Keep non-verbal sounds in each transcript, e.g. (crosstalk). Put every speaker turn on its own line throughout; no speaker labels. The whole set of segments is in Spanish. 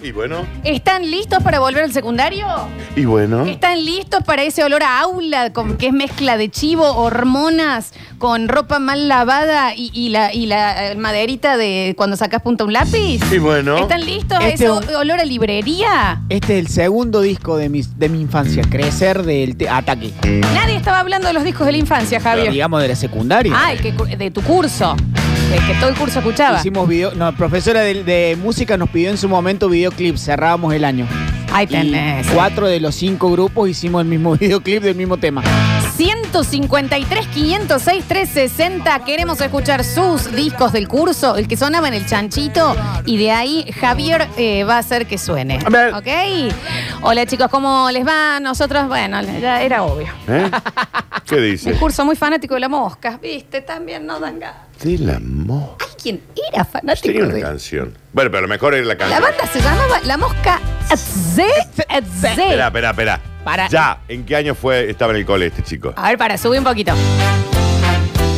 Y bueno,
¿Están listos para volver al secundario?
y bueno.
¿Están listos para ese olor a aula con, que es mezcla de chivo, hormonas, con ropa mal lavada y, y la, y la eh, maderita de cuando sacas punta un lápiz?
Y bueno.
¿Están listos a
Este
ese
un-
olor a librería?
Este es el segundo disco de, mis, de mi infancia, Crecer del te- Ataque.
Nadie estaba hablando de los discos de la infancia, Javier.
Digamos de la secundaria.
Ah, el que cu- de tu curso, el que todo el curso escuchaba.
Hicimos video. No, profesora de, de música nos pidió en su momento videoclip. Cerrábamos el año.
Ahí
Y
tenés.
cuatro de los cinco grupos hicimos el mismo (laughs) videoclip del mismo tema.
153 506 360 queremos escuchar sus discos del curso, el que sonaba en el chanchito y de ahí Javier eh, va a hacer que suene.
A ver.
¿Ok? Hola chicos, ¿cómo les va? Nosotros, bueno, ya era obvio.
¿Eh? ¿Qué
(laughs)
dice?
El curso muy fanático de la mosca, viste, también no dan ganas.
De la mosca.
Ay, ¿quién era fanático
Tenía una
de
canción. Bueno, pero a lo mejor era la
la
canción.
banda se llamaba La Mosca Atze,
Espera,
Atze.
espera, espera.
Para- Ah.
Ya, ¿en qué año fue estaba en el cole este chico?
A ver, para, subí un poquito.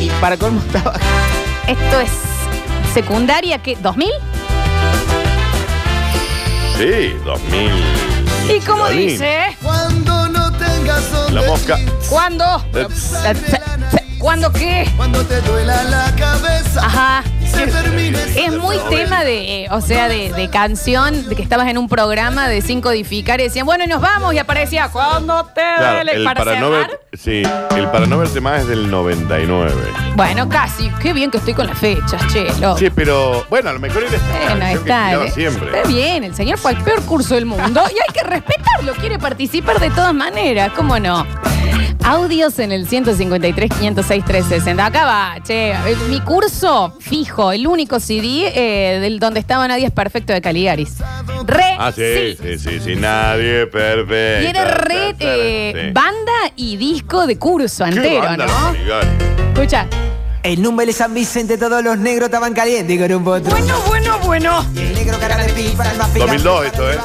Y para colmo estaba.
Esto es secundaria, ¿qué? ¿2000?
Sí, 2000.
¿Y cómo
Violín.
dice?
Cuando no tengas
La
donde
mosca.
ir,
¿Cuándo?
Eh,
¿Cuándo qué?
Cuando te duela la cabeza.
Ajá.
Se termine
Es muy tema de, eh, o sea, de, de canción, de que estabas en un programa de cinco codificar y decían, bueno, y nos vamos, y aparecía, ¿cuándo te
Claro,
duele?
el
para
para no
cerrar.
ver, sí, el para no verte más es del 99.
Bueno, casi. Qué bien que estoy con las fechas, che. loco.
Sí, pero bueno, a lo mejor era esta
Bueno,
canción que
Oh. está,
escuchaba
eh.
siempre.
está bien, el señor fue al peor curso del mundo y hay que respetarlo, quiere participar de todas maneras, ¿cómo no? Audios en el 153, 506, 360. Acá va, che, eh, mi curso fijo, el único CD eh, del donde estaba Nadie es Perfecto de Caligaris. Re,
Ah, sí,
sí.
sí, sí, sí, nadie perfecto.
Y era re eh,
Sí.
banda y disco de curso
Qué
entero,
banda
¿no?
los Caligaris.
Escucha.
En Número San Vicente todos los negros estaban calientes con un potro.
Bueno, bueno, bueno.
Y el negro cara de pipa, el más
2002 esto, ¿eh?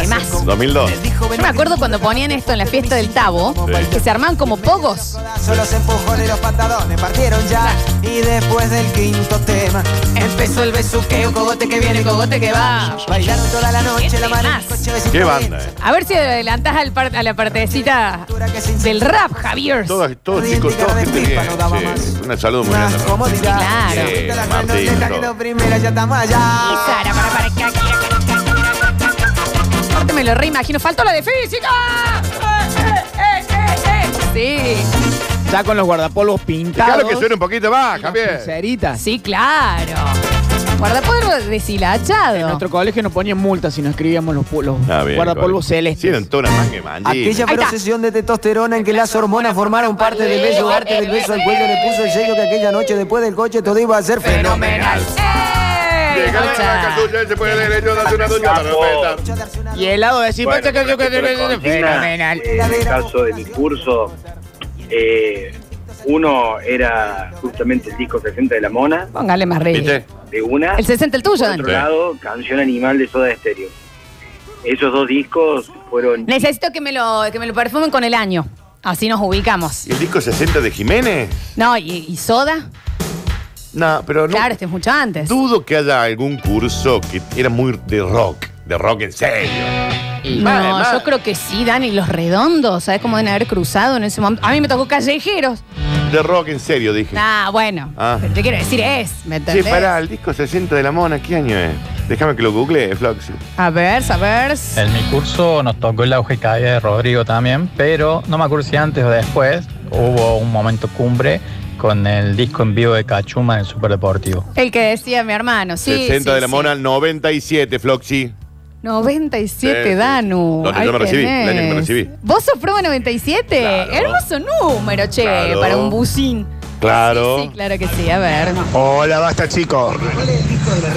Es
más.
2002.
Yo me acuerdo cuando ponían esto en la fiesta del Tabo,
Sí.
que se armaban como pogos.
Solo se empujó de los pantalones, partieron ya. Y después del quinto tema, empezó el besuqueo, cogote que viene, cogote que va. Bailaron toda la noche, la mano en el coche vecino
Qué
de
banda, eh.
A ver si adelantás al par- a la partecita del rap, Javier.
Todos, todos chicos, todos gente bien. Sí, una salud muy
Más
grande. ¿no?
comodidad.
Claro.
Sí, la
Martín,
redondeta que
todo.
lo primero ya estamos allá.
Y Sara, para, para, que- Aparte me lo reimagino. Faltó la de física. Eh, eh, eh, eh.
Ya con los guardapolvos pintados.
Claro que suena un poquito más, Javier.
Pinceritas.
Sí, sí, claro. Guardapolvo
En
deshilachado.
nuestro colegio nos ponían multas si no escribíamos los, pu- los
Está bien,
guardapolvos
Cori. Sí, eran
celestes.
todas unas mangas mandinas.
Aquella
Ahí está.
procesión de testosterona en que las hormonas formaron parte del bello arte del beso al cuello le puso el sello que aquella noche después del coche todo iba a ser fenomenal.
¡Ey!
Llegar a la
Escucha.
vaca tuya, se puede derecho, date una ducha para respetar.
Y el lado de decir,
Bueno,
"Pacha, que-
con
que- que-
respecto a la
que- que-
consigna,
fenomenal.
eh, en el caso de mi curso, eh, uno era justamente el disco 60 de la Mona,
Póngale más rey.
¿Viste?
de una.
El 60 el tuyo,
Por
Dani.
otro lado, Canción Animal de Soda Estéreo. Esos dos discos fueron.
Necesito que me lo, que me lo perfumen con el año. Así nos ubicamos.
¿Y el disco 60 de Jiménez?
No, y, y soda.
No, pero no.
Claro, este es mucho antes.
Dudo que haya algún curso que era muy de rock, de rock en serio.
No,
Madre, madre.
yo creo que sí, Dani, los redondos, ¿sabes cómo deben haber cruzado en ese momento? A mí me tocó callejeros.
De rock en serio, dije.
Ah, bueno.
Ah.
Pero te quiero decir, es, ¿me
Sí,
entendés?
pará, el disco 60 de la mona, ¿qué año es? Déjame que lo googlee, Floxy.
A ver, a ver.
En mi curso nos tocó el auge y caída de Rodrigo también, pero no me acuerdo si antes o después hubo un momento cumbre con el disco en vivo de Cachuma en el Superdeportivo.
El que decía mi hermano, sí.
60
sí,
de la
sí.
mona, 97, Floxy.
97,
Sí, sí.
Danu.
Donde
Ahí
yo me recibí, el
tenés.
año que me recibí.
¿Vos sos prueba 97?
Claro.
Hermoso número, che,
Claro.
para un bucín.
Claro.
Sí, claro que sí, a ver.
Hola, basta chicos.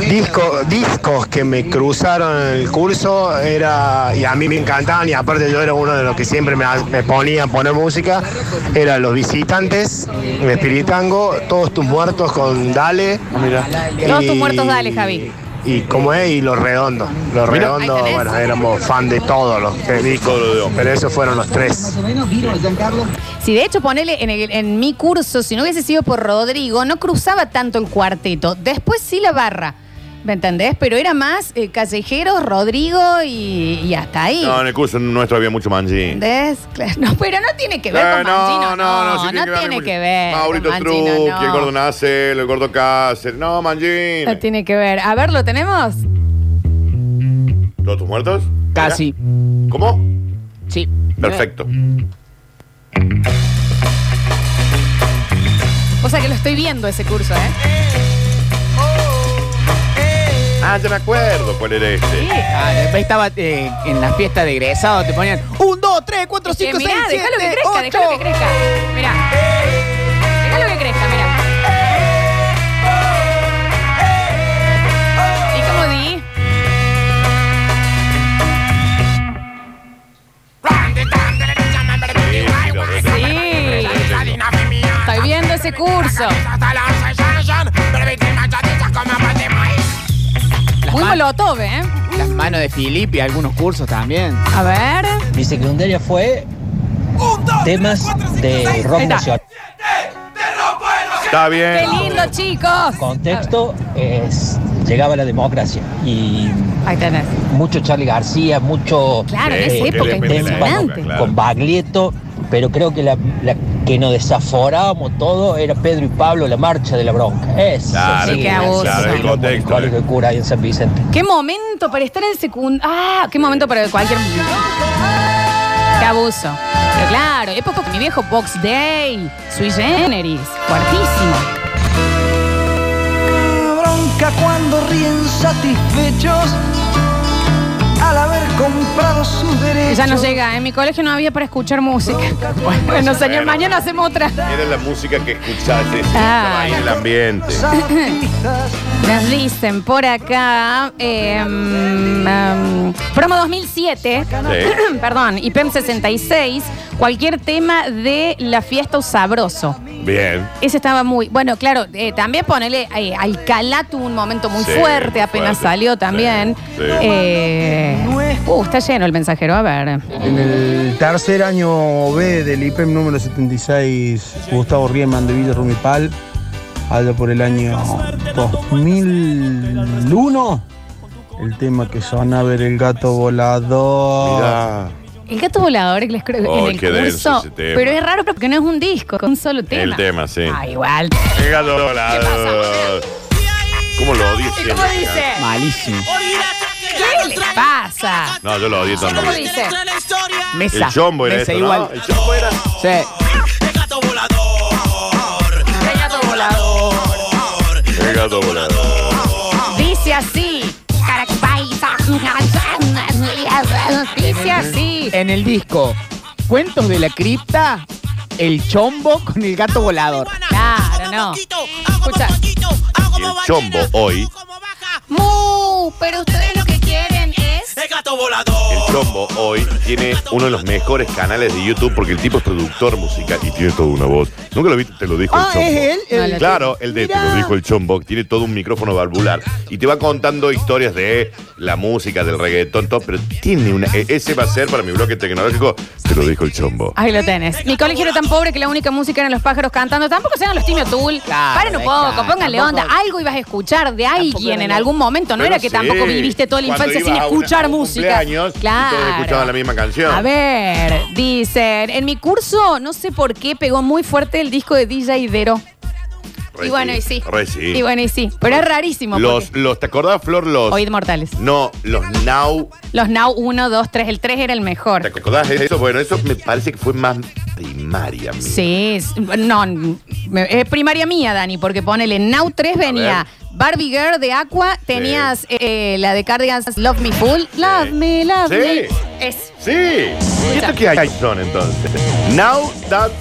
Disco- discos que me cruzaron en el curso era y a mí me encantaban y aparte yo era uno de los que siempre me, me ponía a poner música era Los Visitantes, Espiritango, Todos tus muertos con Dale.
Todos tus muertos, dale, Javi.
y como es, y los redondos. Los
Mira.
redondos,
Ahí tenés.
bueno, éramos fan de todos los que discos, pero esos fueron los tres.
Si de hecho ponele en, el- en mi curso, si no hubiese sido por Rodrigo, no cruzaba tanto el cuarteto. Después sí la barra. ¿Me entendés? Pero era más eh, callejeros, Rodrigo y, y hasta ahí.
No, en el curso nuestro había mucho manjín.
¿Entendés? Claro, no, pero no tiene que ver
Eh,
con Mangino. No, no,
sí
tiene
mucho.
que ver.
Maurito
con Mangino,
Truc,
no.
el gordo Nacel, el gordo Cáceres. No, Manjín.
No tiene que ver. A ver, ¿lo tenemos?
¿Todos tus muertos?
Casi.
Mira. ¿Cómo?
Sí.
Perfecto.
O sea que lo estoy viendo ese curso, ¿eh?
Ah, ya me acuerdo cuál era este.
Sí.
Ah, después estaba eh, en las fiestas de egresado, te ponían 1, 2, 3, 4, 5, 6,
mirá,
7,
déjalo que crezca,
8.
déjalo que crezca. Mirá. Déjalo que crezca, mirá. ¿Y cómo di?
Sí, sí, lo recuerdo.
Sí. Estoy viendo ese curso. Muy molotov, ¿eh?
Las manos de Filippi, algunos cursos también.
A ver.
Mi secundaria fue temas de rock
Ahí está.
nacional.
Está
¡Qué
bien.
lindo, chicos!
Contexto es llegaba la democracia y
Ahí tenés.
mucho Charlie García, mucho
Claro,
Sí,
en esa
porque
época,
depende de la época,
impresionante.
claro.
con Baglietto, pero creo que la, la que nos desaforábamos todo era Pedro y Pablo, la marcha de la bronca. Es
Claro,
Qué abuso.
claro, el contexto, eh.
de cura ahí en San Vicente.
Qué momento para estar en secund... Ah, qué momento para cualquier. Qué abuso. Pero claro, época que mi viejo Box Day, sui generis, fuertísimo.
bronca cuando ríen satisfechos al haber comprado sus derechos.
Ya no llega, ¿eh? en mi colegio no había para escuchar música. (laughs) Bueno, señor, mañana hacemos otra.
Era la música que escuchaste, sí,
Ah.
estaba ahí en el ambiente.
Los artistas
Nos dicen por acá, eh, mm, mm, promo 2007,
Sí.
(clears throat) perdón, y PEM 66, cualquier tema de la fiesta o sabroso.
Bien.
Ese estaba muy. Bueno, claro, eh, también ponele. eh, Alcalá tuvo un momento muy
Sí,
fuerte, apenas
fuerte.
salió también.
Sí, sí.
Eh, uh, está lleno el mensajero, a ver.
En el tercer año B del IPEM número 76, Gustavo Riemann de Villa Rumipal, allá por el año 2001, el tema que sonaba era el gato volador.
Mirá.
El gato volador que les creo
Oh,
en el
qué denso
curso.
ese tema.
Pero es raro porque no es un disco, es un solo tema.
El tema, sí.
Ah, igual.
El gato dorado. ¿Cómo lo odio
¿Y cómo
siempre?
dice?
Malísimo.
¿Qué le pasa?
No, yo lo odio también.
¿Cómo dice?
El
Mesa.
chombo era
Mesa
esto,
igual.
¿no? El chombo era.
Sí.
El gato volador.
El gato dorado.
Dice así. Dice así.
En el disco Cuentos de la Cripta, el chombo con el gato volador.
Claro, no. Escucha.
Y el chombo hoy,
Mu, pero ustedes lo que quieren es.
el chombo hoy tiene uno de los mejores canales de YouTube porque el tipo es productor musical y tiene toda una voz. Nunca lo vi, te lo dijo el
Ah,
chombo.
es él.
No,
el-
la-
Claro, el de, te lo dijo el chombo, que tiene todo un micrófono valvular y te va contando historias de la música, del reggaetón, todo, pero tiene una. e- Ese va a ser para mi bloque tecnológico, te lo dijo el chombo.
Ahí lo tenés. Mi colegio era tan pobre que la única música eran los pájaros cantando. Tampoco sean los Timio Tool.
Claro,
Paren un poco,
claro,
pónganle
tampoco-
onda. Algo ibas a escuchar de alguien en algún momento. No
Pero
era que
sí,
tampoco viviste toda la
cuando
infancia sin
ibas a una-
escuchar
a un
música.
cumpleaños y todos escuchaban la misma canción.
A ver, dicen, en mi curso, no sé por qué, pegó muy fuerte el disco de DJ Dero.
Re
Y bueno, y sí.
re sí.
Y bueno, y sí. Pero es rarísimo.
Los,
porque-
los, ¿te acordás, Flor? Los.
Oíd Mortales.
No, los Now.
Los Now 1, 2, 3. El 3 era el mejor.
¿Te acordás de eso? Bueno, eso me parece que fue más primaria. amigo.
Sí, es- no, me- es primaria mía, Dani, porque ponele Now 3 venía Barbie Girl de Aqua, tenías eh, la de Cardigans Love Me Full, Love
Sí.
Me, Love
Sí.
Me. Es.
Sí. ¿Y esto qué hay son entonces? Now that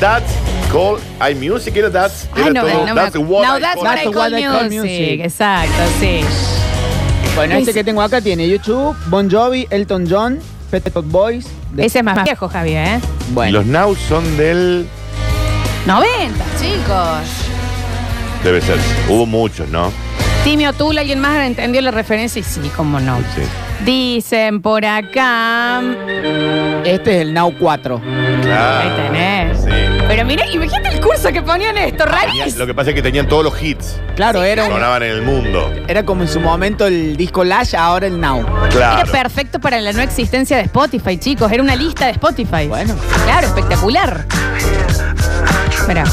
that's called iMusic era that's
Ay,
era
Ah, no,
todo
no me
that's
acu-
what
Now
I
That's
call-
What I
That's
Call
what I call
Music.
music.
Exacto, sí.
Bueno, este que tengo acá tiene YouTube, Bon Jovi, Elton John, Pet Pot Boys. de-
Ese es más viejo, Javier, ¿eh?
Y
Bueno,
Los Now son del
90, chicos.
debe ser. Hubo muchos, ¿no?
Timio Tula, ¿alguien más entendió la referencia? Y sí, cómo no.
Sí.
Dicen por acá.
Este es el Now 4.
Ahí
Claro.
tenés.
Sí.
Pero mira, imagínate el curso que ponían esto,
Tenían-
rarísimo.
Lo que pasa es que tenían todos los hits
Claro,
que
era, un-
sonaban en el mundo.
era como en su momento el disco Lash, ahora el Now.
Era
Claro.
perfecto para la no existencia de Spotify, chicos. Era una lista de Spotify.
Bueno.
Claro, espectacular. Espera.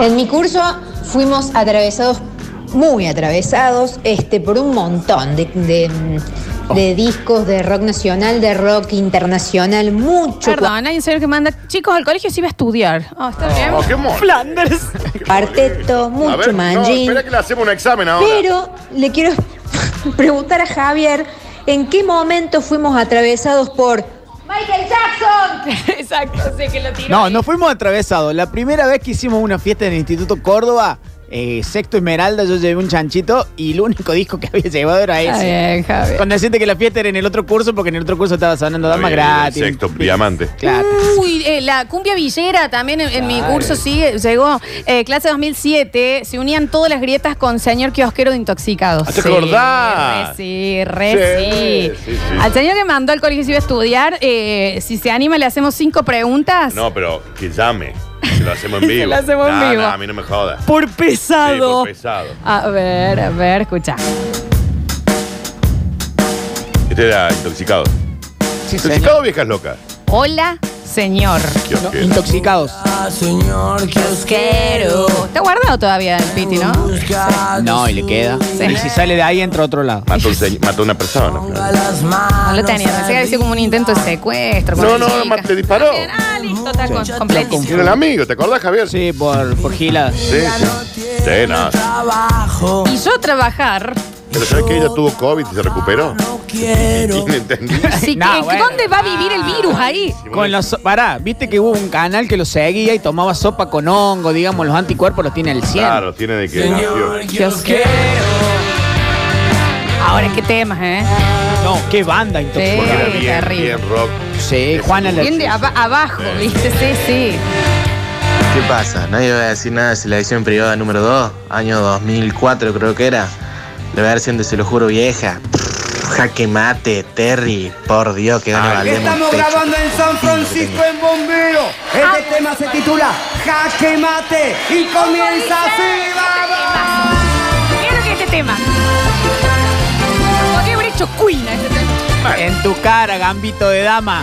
En mi curso fuimos atravesados, muy atravesados, este, por un montón de, de- de discos de rock nacional, de rock internacional, mucho.
Perdón, hay un señor que manda chicos al colegio si iba a estudiar. Ah, está bien.
Oh, qué mono.
Flanders.
Cuarteto,
A
mucho
ver, no,
manjín.
espera que le hacemos un examen ahora.
pero le quiero (laughs) preguntar a Javier, ¿en qué momento fuimos atravesados por Michael Jackson?
(laughs) Exacto, sé que lo tiró.
No,
ahí.
no fuimos atravesados. La primera vez que hicimos una fiesta en el Instituto Córdoba, eh, sexto Esmeralda, yo llevé un chanchito y el único disco que había llevado era
Está
ese.
bien, Javi.
Con decirte que la fiesta era en el otro curso, porque en el otro curso estaba sonando
Está
damas
bien,
gratis.
Sexto,
(laughs)
diamante.
Claro.
Uy, eh, la cumbia villera también en, en mi curso sigue, llegó. eh, clase 2007, se unían todas las grietas con señor kiosquero de intoxicados.
Ah, ¿te acordás?
Sí, re sí, re
Sí,
sí.
sí, sí.
Al señor que mandó al colegio si iba a estudiar, eh, si se anima le hacemos cinco preguntas.
No, pero que llame. Se lo
(laughs)
hacemos en vivo.
lo hacemos en
Nah,
vivo.
nah, a mí no me joda.
Por
Sí,
pesado.
por pesado.
a ver, a ver, escucha.
Este era intoxicado.
Sí, señor.
¿Intoxicado o viejas locas?
Hola, señor.
No,
Kiosquero.
intoxicados.
Está guardado todavía el piti, ¿no?
No, y le queda. Y si sale de ahí, entra a otro lado.
Mató,
(laughs)
un se- mató a una persona. claro.
No lo tenía, pensé que había sido como un intento de secuestro. con
No,
la
no,
chica.
ma- le disparó.
Está bien, Ah, listo, está con- completito.
Era el amigo, ¿te acordás, Javier?
Sí, por, por giladas.
Sí, sí. Sí, no.
Y yo (laughs) trabajar.
Pero ¿sabes que ella tuvo COVID y se recuperó? (laughs)
(laughs)
Inentendible.
Sí,
No,
¿en
bueno.
¿Dónde va a vivir el virus ahí?
Con los, pará, viste que hubo un canal que lo seguía y tomaba sopa con hongo, digamos, los anticuerpos los tiene el 100.
Claro, tiene de que nació.
Ahora, qué temas, ¿eh?
No, qué banda intoxicada.
Porque era
Sí,
bien,
terrible.
bien rock.
Sí, Juana la-
Bien de aba- abajo, ¿viste? Sí, sí.
¿Qué pasa? Nadie va a decir nada de selección privada número 2, año 2004 creo que era. La versión de Se lo juro vieja. Prr, Jaque mate, Terry, por Dios, que gana Valdés Montecho.
en San Francisco en Bombero. Este tema se titula Jaque Mate y comienza así, vamos.
Mira lo que es este tema. Podría haber hecho Queen a este tema.
En tu cara, gambito de dama.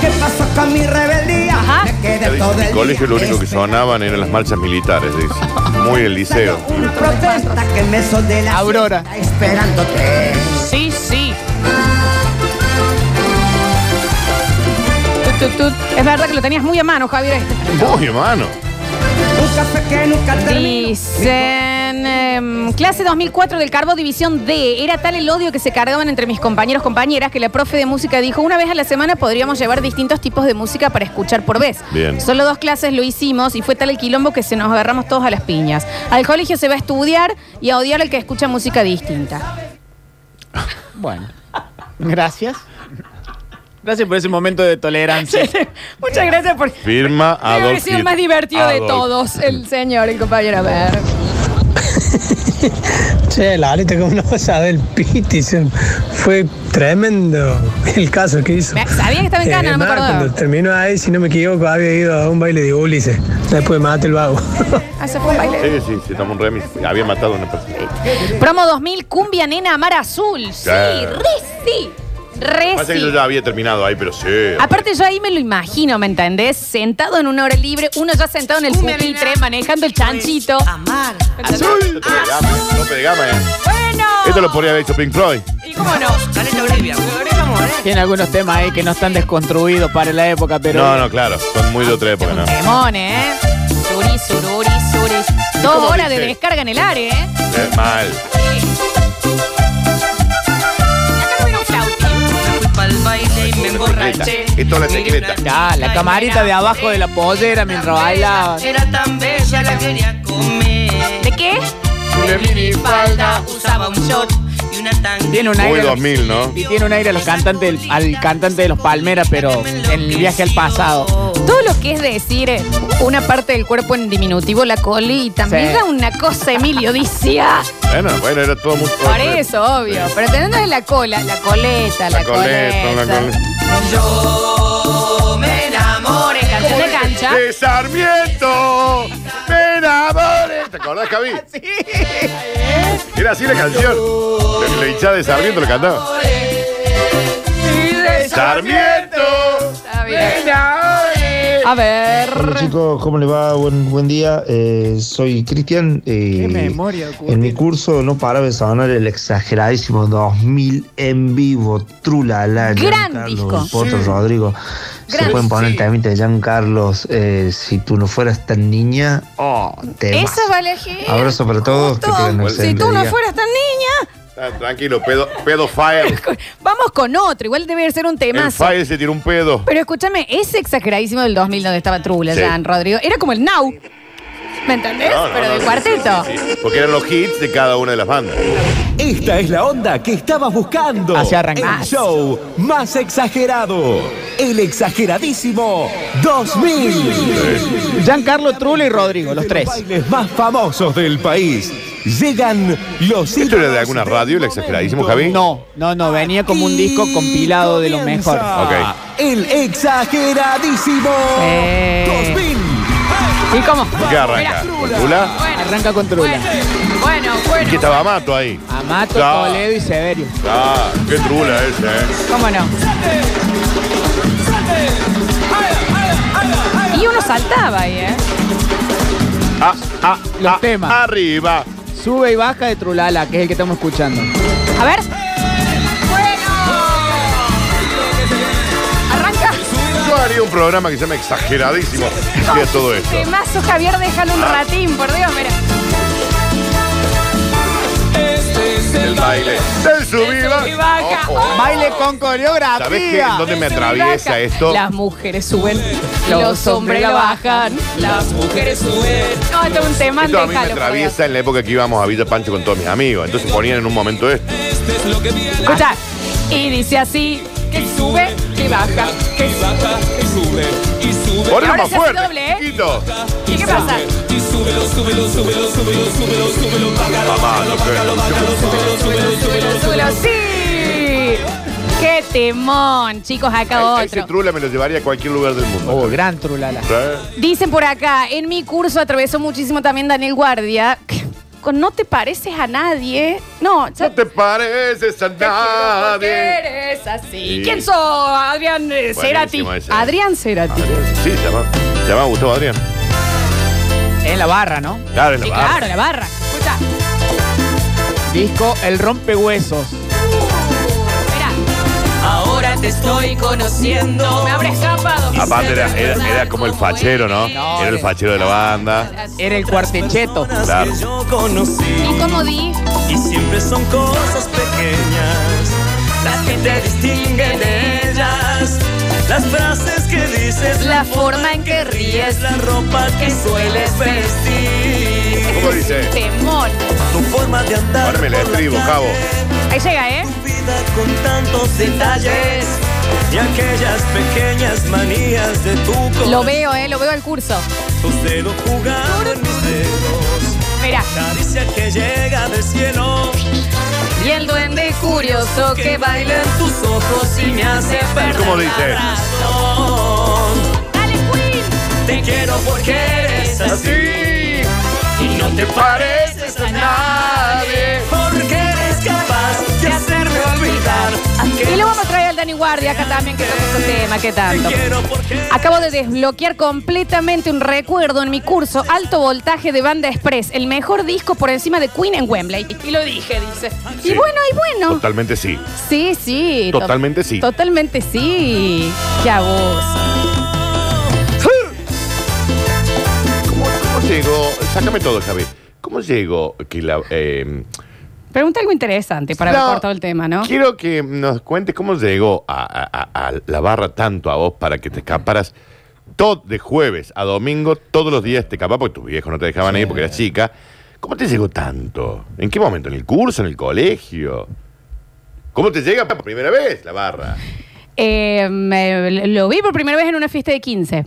¿Qué
¿Qué pasó con mi rebeldía?
Ajá.
Me
Ya
quedé
dice,
todo
En
el
mi colegio lo único que sonaban eran las marchas militares, dice. Muy el liceo.
Una protesta que me de la
Aurora.
siesta esperándote.
es? Sí, sí. Tut, tut, tut. Es verdad que lo tenías muy a mano, Javier. este.
Muy hermano.
Un café que nunca termina.
Dicen, em, clase 2004 del Carbo División D. Era tal el odio que se cargaban entre mis compañeros compañeras que la profe de música dijo, una vez a la semana podríamos llevar distintos tipos de música para escuchar por vez.
Bien.
Solo dos clases lo hicimos y fue tal el quilombo que se nos agarramos todos a las piñas. Al colegio se va a estudiar y a odiar al que escucha música distinta.
Bueno, gracias. Gracias por ese momento de tolerancia.
(laughs) Muchas gracias por...
Firma
Me
Adolf
sido
Hitler.
más divertido de
Adolf.
todos el señor, el compañero. A ver.
Che, la aleta como una cosa del piti. se- Fue tremendo el caso que hizo.
Me- sabía que
Eh,
estaba en Cana, no me
Además,
acordaba.
Cuando terminó ahí, si no me equivoco, había ido a un baile de Ulises. Después mate el vago.
Ah, se fue un baile.
Sí, sí, sí, estamos un remis. Había matado a una persona.
Promo 2000, cumbia nena amar azul. Sí,
Claro.
re sí. Re
Pasa que yo
sí.
ya había terminado ahí, pero sí.
Aparte yo ahí me lo imagino, ¿me entendés? Sentado en una hora libre, uno ya sentado en el pupitre, manejando el chanchito.
Amar.
Azul. Tope de gama, eh, tope de gama, eh.
Bueno.
Esto lo podría haber hecho Pink Floyd.
¿Y cómo no?
(laughs)
¿eh?
Tiene algunos temas ahí que no están desconstruidos para la época, pero.
No, no, claro. Son muy de otra época, ¿no?
Demón, ¿eh? Suri, sururi, suri. Dos
cómo
horas de
dice?
descarga en el área, ¿eh?
Eh, Mal.
Acá no viene un flautín.
Secreta. Esto es la secreta.
Ya, la camarita de abajo de la pollera mientras bailaba.
Era tan bella, la quería comer.
¿De qué?
De minifalda usaba un short y
Tiene un
Muy
aire. a los-
2000, ¿no?
Y tiene un aire a los cantantes, del- al cantante de los Palmeras, pero en el viaje al pasado.
Todo lo que es decir eh, una parte del cuerpo en diminutivo, la colita,
Sí.
mira una cosa, Emilio,
(laughs)
decía.
Bueno, bueno, era todo muy.
Por eso, obvio. Pero teniendo de la cola, la coleta, la,
La coleta, la coleta.
Yo me enamoré, canción de cancha.
De Sarmiento, me enamoré. ¿Te acordás, Javi? Sí. Era así la canción. La, la hinchada de Sarmiento la cantaba. Sarmiento.
Está bien. A ver.
Hola chicos, ¿cómo les va? Buen, buen día. Eh, soy Cristian. eh,
Qué memoria,
En mi curso no paraba de sonar el exageradísimo 2000 en vivo, Trulala.
Gran disco.
Poto
Sí.
Rodrigo.
Gran-
Se pueden poner
Sí.
el temita de Jean Carlos. eh, si tú no fueras tan niña, oh, te
Esa va a elegir.
Abrazo para todos. Que tengan un
Si tú
excelente
no
día.
fueras tan niña,
Ah, tranquilo, pedo, pedo file.
vamos con otro. Igual debe ser un
El
temazo.
file se tiró un pedo.
Pero escúchame, ese exageradísimo del 2000 donde estaba Trula,
Sí.
Jan Rodrigo, era como el Now. ¿Me entendés?
No, no,
Pero
no,
del
sí,
cuarteto.
Porque eran los hits de cada una de las bandas.
Esta es la onda que estabas buscando.
Así arrancás.
El show más exagerado. El exageradísimo 2000.
Giancarlo Trulli y Rodrigo, los tres.
bailes más famosos del país. Llegan los
¿Esto era de alguna radio, el exageradísimo, Javi?
No, no, no, venía como un disco compilado de lo mejor.
Ok.
El exageradísimo 2000.
¿Y cómo?
¿Con qué arranca? ¿Con Trula?
Arranca con Trula.
Bueno,
¿Y que estaba Amato ahí?
Amato,
Ah.
Toledo y Severio.
Ah, qué trula ese, eh.
¿Cómo no? Y uno saltaba ahí, ¿eh?
Ah, ah,
Los temas.
Arriba.
Sube y baja de Trulala, que es el que estamos escuchando.
A ver. Arranca.
Yo haría un programa que se llama Exageradísimo. Sería todo esto.
Temazo, Javier, déjalo
Ah.
un ratín, por Dios, mira.
El baile. Del sub y baja. Ojo.
Oh,
Baile con coreografía.
¿Sabés qué? ¿En dónde me atraviesa esto?
Las mujeres suben, los, hombres
Los hombres
la
la
bajan, las mujeres suben. No, esto es un tema,
Esto a mí
déjalo.
me
por Dios.
atraviesa en la época que íbamos a Villa Pancho con todos mis amigos. Entonces ponían en un momento esto.
Escucha. Y dice así, que sube, que baja, que baja, que sube. Y sube.
Ponelo más
se hace
fuerte,
doble, ¿eh?
chiquito.
¿Y qué pasa?
Mamá, no
Súbelo, sí. Qué temón, chicos, acá
creo. Ese
otro.
trula me lo llevaría a cualquier lugar del mundo.
Oh, gran trulala.
Sí.
Dicen por acá, en mi curso atravesó muchísimo también Daniel Guardia. Con no te pareces a nadie. No, ya-
No te pareces a nadie.
eres así.
Sí.
¿Quién sos? Adrián eh,
Buenísimo
Cerati.
ese.
Adrián Cerati.
Sí, se llama, se llama Gustavo Adrián.
En la barra, ¿no?
Claro, es la
Sí,
barra.
claro, la barra. Escucha,
Disco El Rompehuesos.
espera.
Ahora te estoy conociendo.
Me habré escapado.
Aparte era, era- era como el fachero, ¿no? Era el fachero de la banda.
Era el cuartecheto.
Claro.
Yo conocí.
¿Y cómo di?
Y siempre son cosas pequeñas las que te distinguen de ellas. Las frases que dices,
La forma en que ríes,
la ropa que sueles vestir.
¿Cómo dice?
Temón.
Tu forma de andar
Pármela,
por la
estribo, cabo.
Ahí llega, ¿eh?
vida con tantos detalles y aquellas pequeñas manías de tu corazón.
Lo veo, ¿eh? Lo veo al curso.
Tus dedos jugando en mis dedos.
Mira.
Caricia que llega del cielo.
Y el duende curioso que baila en tus ojos y me hace perder
¿Cómo
la
dice?
razón. Dale, Queen.
Te quiero porque eres así y no te pareces a nadie. Porque eres capaz de hacerme olvidar
Y le vamos a traer al Dani Guardia acá también, que toca este tema, ¿qué tanto?
quiero porque
Acabo de desbloquear completamente un recuerdo en mi curso Alto Voltaje de Banda Express, el mejor disco por encima de Queen en Wembley. Y lo dije, dice. Y
Sí.
bueno, y bueno.
Totalmente sí.
Sí, sí. to-
Totalmente sí.
Totalmente sí. Qué abuso.
¿Cómo, cómo llegó? Sácame todo, Javi. ¿Cómo llegó que la. eh,
Pregunta algo interesante para haber
No.
cortado el tema, ¿no?
Quiero que nos cuentes cómo llegó a, a- a- a la barra tanto a vos para que te escaparas todo de jueves a domingo, todos los días te escapabas porque tus viejos no te dejaban ir porque eras chica. ¿Cómo te llegó tanto? ¿En qué momento? ¿En el curso? ¿En el colegio? ¿Cómo te llega por primera vez la barra?
Eh, me- lo vi por primera vez en una fiesta de 15.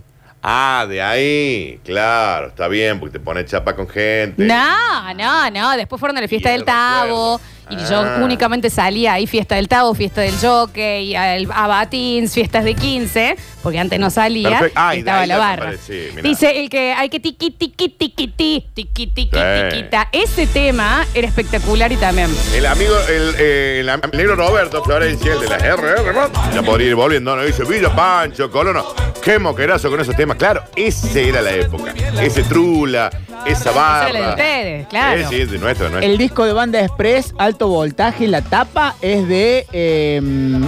Ah, de ahí, claro, está bien, porque te pones chapa con gente.
No, no, no. Después fueron a la fiesta del Tavo. Y
Ah.
yo únicamente salía ahí, fiesta del Tavo, fiesta del Jockey, al- a Batins, fiestas de 15, porque antes no salía.
Perfecto. Ah, y de
estaba
ahí
la
ya te
barra.
aparecí, mirá.
Dice el que hay que tiqui, tiqui, tiqui, ti, tiqui, tiqui,
Sí.
tiquita. Ese tema era espectacular y también.
El amigo, el, eh, el am- el negro Roberto Florencia, el de las RR, ¿no? ya podría ir volviendo, ¿no? Dice Villa Pancho, Colono, qué moquerazo con esos temas. Claro, esa era la época. Ese trula, esa
Esa
barra.
era la de ustedes, claro.
Ah, Sí, sí, es de nuestro, de nuestro.
El disco de Banda Express, alto voltaje, la tapa es de eh,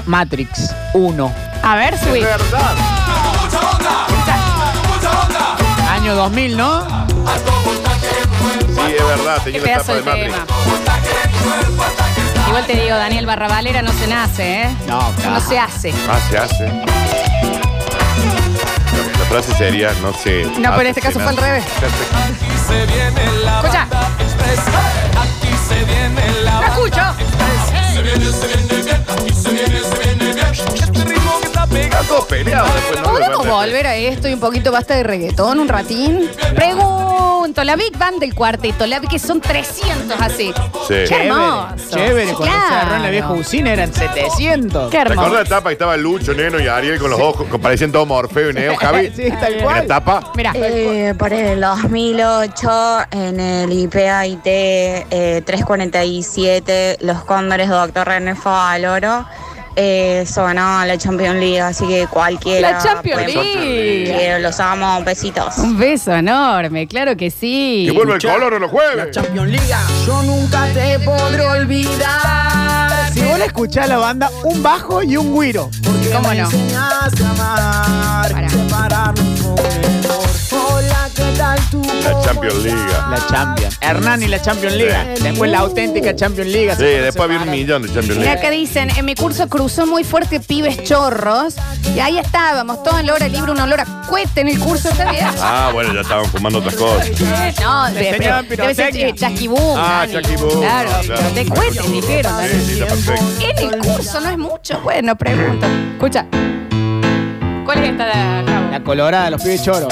Matrix 1.
A ver, subí.
Año 2000, ¿no?
Sí, es verdad, tenía
Qué
la
pedazo
tapa
de
de Matrix.
tema. Igual te digo, Daniel Barrabalera no se nace, ¿eh?
No,
No se hace.
Ah, se hace. La, la frase sería, no sé.
No, pero en este caso fue al revés. Escucha. No escucho. ¿Podemos volver a esto y un poquito basta de reggaetón un ratín? Pregunto, la Big Band del cuarteto, la que son 300 así.
Sí.
Qué
Chévere,
hermoso.
chévere.
Sí,
Cuando se
claro.
agarró en la vieja usina eran 700.
Qué
¿Te
hermoso.
acordás la etapa que estaba Lucho, Neno y Ariel con los ojos, que parecían todos Morfeo y Neo, Javi?
Sí, tal
En
cual.
la etapa.
Mira.
Eh,
Eh, por el 2008, en el IPAIT eh, 347, los Cóndores, Doctor René Favaloro, eh, sonó la Champions League, así que cualquiera.
La Champions
puede-
League.
Quiero, los amo, besitos.
Un beso enorme, claro que sí.
Que vuelva el Color
los jueves.
Champions League. Yo nunca te podré olvidar. Si vos la escuchás a la banda, un bajo y un guiro.
¿Cómo no?
La Champions League.
La Champions. Hernán y la Champions League.
Sí.
Después la auténtica Champions League.
Sí, después había un millón de Champions
Mira que
League.
dicen, en mi curso cruzó muy fuerte pibes chorros y ahí estábamos, todos en la hora libre, una hora cuete en el curso, está bien.
Ah, bueno, ya estaban fumando otras cosas.
No,
Te
de,
enseñaban
pero debe ser
pirotecnia.
eh, chasquibum,
Ah,
Dani.
Chasquibum,
Claro,
claro.
te cuenten, dijeron. Dani.
Sí, sí, está perfecto.
En el curso no es mucho. Bueno, pregunto. Escucha. ¿Cuál es esta de Javo?
La colorada, los pibes choros.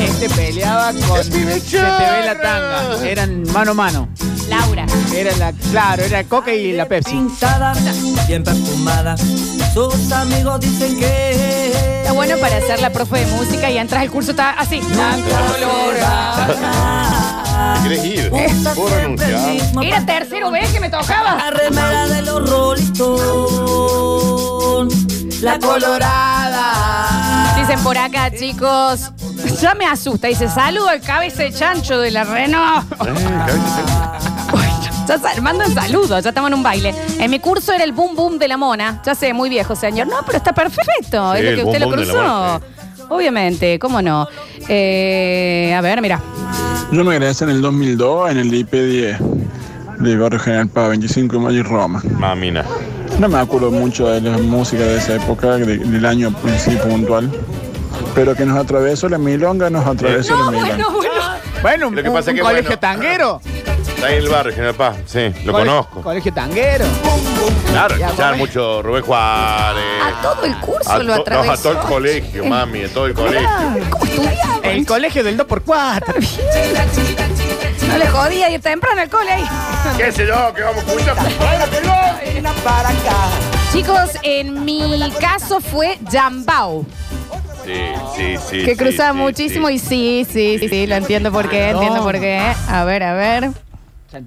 Este peleaba con. Se te ve la tanga. Eran mano a mano.
Laura.
Era la. Claro, era Coca y la Pepsi.
Bien perfumada. Sus amigos dicen que.
Está bueno para ser la profe de música y entras al curso, está así.
¿Quieres ir? ¿Puedo renunciar?
Era tercero vez que me tocaba.
remera de los Rolling Stones, la colorada.
Dicen por acá, chicos. Ya me asusta. Dice, saludo al cabeza de chancho de la Renault.
Eh,
(laughs) Ya sa- mandan saludos, ya estamos en un baile. En mi curso era el boom boom de la mona. Ya sé, muy viejo señor. No, pero está perfecto.
Sí,
es lo
el
que
boom
usted lo
boom de la mona,
cruzó. Obviamente, cómo no. Eh, a ver, mira.
Yo me egresé en el 2002 en el IP10 de Barrio General Paz, 25 de mayo y Roma.
Mamina.
No me acuerdo mucho de la música de esa época, de- del año en sí puntual, pero que nos atravesó la milonga, nos atravesó la milonga.
Bueno,
Lo que
un,
pasa
un
que,
colegio
bueno,
tanguero.
Está ahí en el barrio, General Paz. Sí, lo
Cole-
conozco.
Colegio tanguero.
Claro, escuchar mucho Rubén Juárez.
A todo el curso
A
lo
to- no,
atravesó.
a todo el colegio, mami, a todo el colegio.
¿Cómo estudiaba?
El colegio del 2x4.
No le jodía ir temprano al cole ahí.
¿Qué sé yo? ¿Qué vamos a escuchar?
Para acá.
Chicos, en mi caso fue Jambao,
Sí, sí, sí.
que
sí,
cruzaba
sí,
muchito muchísimo
sí.
y sí, sí, sí, sí, lo entiendo por qué, entiendo por qué. A ver, a ver.
Eh,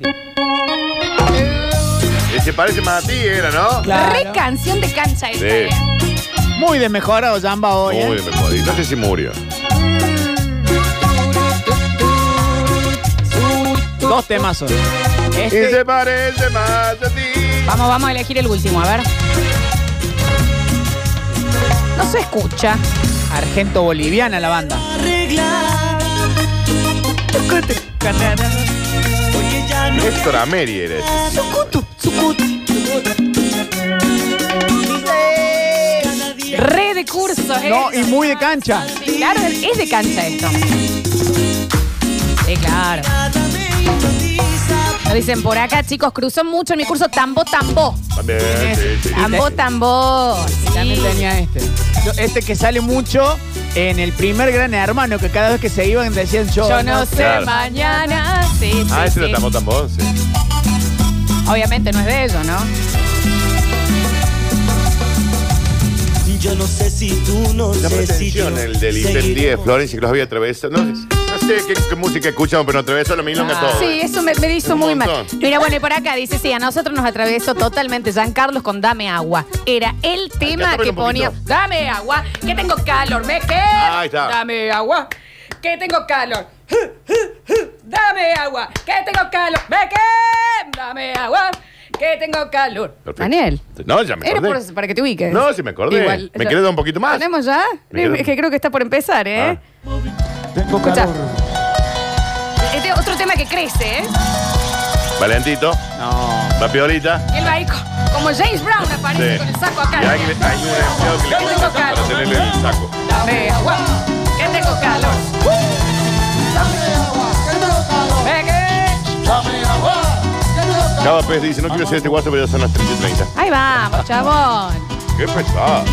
Se parece más a ti, era, ¿no?
Re canción de cancha esta,
Sí.
eh.
Muy desmejorado Jamba hoy. ¿eh?
Muy mejor. Y no sé si murió.
Dos temazos.
Y se parece más a ti.
Vamos, vamos a elegir el último, a ver. No se escucha.
Argento boliviana la banda.
Héctor Ameri eres.
Re de curso, ¿eh?
No, y muy de cancha.
Claro, es de cancha esto. Sí, claro. Nos dicen por acá, chicos, cruzó mucho en mi curso tambo tambo.
También, sí, sí.
Tambo tambo.
Y También tenía este. Yo- Este que sale mucho en el primer gran hermano, que cada vez que se iban decían yo.
Yo no
(laughs)
sé
Claro.
mañana. Sí, sí,
Ah, ese
sí.
lo estamos tambón, sí.
Obviamente no es de ellos, ¿no?
Yo no sé si tú, no
La
sé si yo.
pretensión, el del
seguiré.
Intel 10, Florencia, que los había atravesado. No, no sé qué, qué música escuchamos, pero atravesó la milonga todo.
Ah. Sí, eso me, me hizo
Un
muy mal.
montón.
Mira, bueno, y por acá dice, sí, a nosotros nos atravesó totalmente Jean Carlos con Dame Agua. Era el tema
cántame
que
un
ponía,
poquito.
Dame Agua, que tengo calor, me quedo.
Ahí está.
Dame Agua, que tengo calor. Dame agua, que tengo calor, me quedo. Dame agua, que tengo calor.
Perfecto.
Daniel,
No, ya me
era
acordé.
por- para que te ubiques.
No, sí me acordé.
Igual,
me
ya-
quedé un poquito más.
¿Tenemos ya?
Me quedo-
Es que creo que está por empezar, ¿eh?
Ah.
Tengo
Escucha.
calor.
Este es otro tema que crece, ¿eh?
Valentito.
No.
Va Piolita.
Él va ahí co- como James Brown aparece
Sí.
con el saco
Y
acá.
hay, que- hay un empleado que le
Yo
corta
tengo
para
calor.
tenerle el saco.
Dame agua, que tengo calor. Ve que-
Cada pez dice, no quiero ser este guaso, pero ya son las 30 y 30.
Ahí vamos, chabón.
Qué pesado.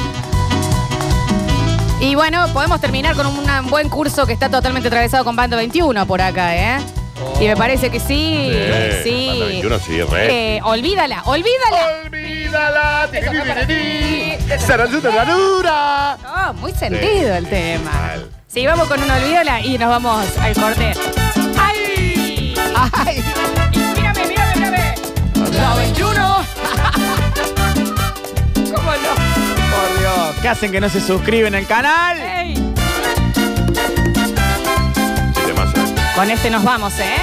Y bueno, podemos terminar con un un buen curso que está totalmente atravesado con Bando 21 por acá, ¿eh? Y me parece que sí,
Sí,
sí.
Banda 21 sí, re.
Eh, olvídala, olvídala.
Olvídala.
Eso fue para ti.
Sarayuta, rarura.
No, Ah, muy sentido el tema.
Mal.
Sí, vamos con una olvídala y nos vamos al corte. ¡Ay! ¡Ay! ¡Mírame, mírame, mírame! ¡La 21! ¿Cómo no?
Por Dios. ¿Qué hacen que no se suscriben al canal?
¡Ey!
Sí, de masa.
Con este nos vamos, ¿eh?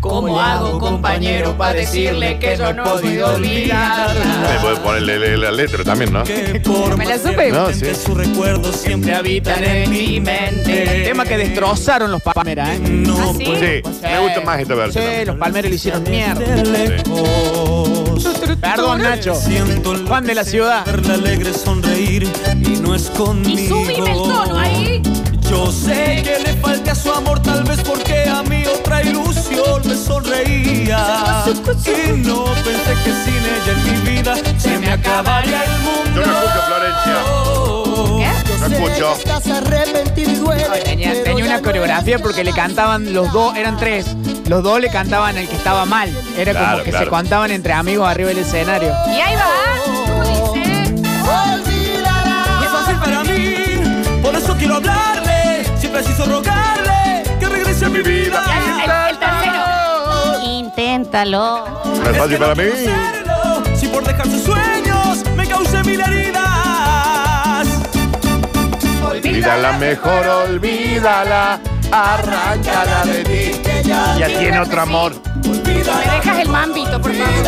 ¿Cómo hago, compañero, para decirle que yo no puedo olvidarla?
Me puede ponerle le- la letra también, ¿no?
(laughs)
Me la supe.
No, sí.
Su recuerdo siempre habita en mi mente.
El tema que destrozaron los Palmeras, ¿eh?
¿Ah, sí?
Sí, me gusta más este esta versión.
Sí, los Palmeras lo hicieron mierda. Perdón, Nacho. Juan de la ciudad.
Verla alegre sonreír y no es conmigo.
Y subime el tono ahí.
Yo sé que le falté a su amor, tal vez porque a mí otra ilusión me sonreía. Y no pensé que sin ella en mi vida se me acabaría el mundo.
Yo no escucho, Florencia.
¿Qué?
No escucho.
Estás arrepentido y duele.
Tenía, tenía una coreografía porque le cantaban los dos, eran tres. Los dos le cantaban al que estaba mal. Era
Claro,
como que
claro.
se contaban entre amigos arriba del escenario.
Y ahí va. ¿Cómo dice?
No es fácil para mí, por eso quiero hablarle. Si preciso rogarle que regrese a mi vida.
Y ahí el, el tercero. Inténtalo.
No es fácil para mí.
hacerlo, Si por dejar sus sueños me causé mil heridas.
Olvídala mejor, olvídala. Arráncala de ti. Ya tiene otro amor.
Me dejas el mambito, por favor.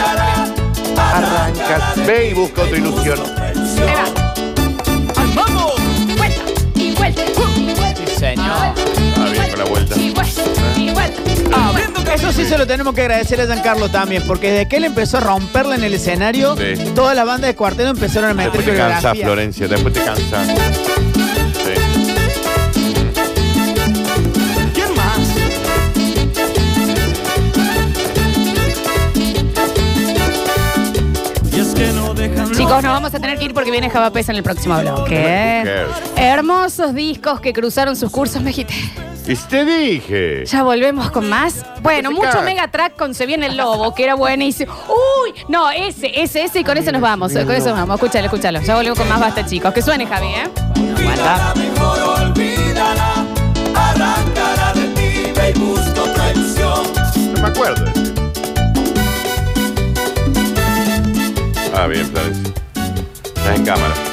Arranca. Ve y busca otra ilusión.
Ahí va.
¡Vamos!
Vuelta. Y vuelta. uh, Y vuelta.
Sí, señor.
Ah, bien, con la vuelta.
Y vuelta. Y vuelta.
Abriendo
Eso sí se lo tenemos que agradecer a Giancarlo también, porque desde que él empezó a romperla en el escenario,
Sí.
todas las bandas de cuarteto empezaron a meter
Después te cansa,
coreografía.
Florencia. Después te cansa. Sí.
¿Quién más? Y es que no dejan
Chicos, nos vamos a tener que ir porque viene Javapés en el próximo bloque. ¿eh? Hermosos discos que cruzaron sus cursos, me agité.
Y te dije.
Ya volvemos con más. Bueno, mucho mega track con Se viene el lobo, que era buenísimo. Uy, no, ese, ese, ese, y con ese nos vamos. Con eso nos vamos. Escúchalo, escúchalo. Ya volvemos con más basta, chicos. Que suene, Javi, ¿eh?
Olvídala, mejor olvídala. Arráncala de ti, ve y busca otra ilusión.
No me acuerdo. Ah, bien, Florencia. Estás en cámara.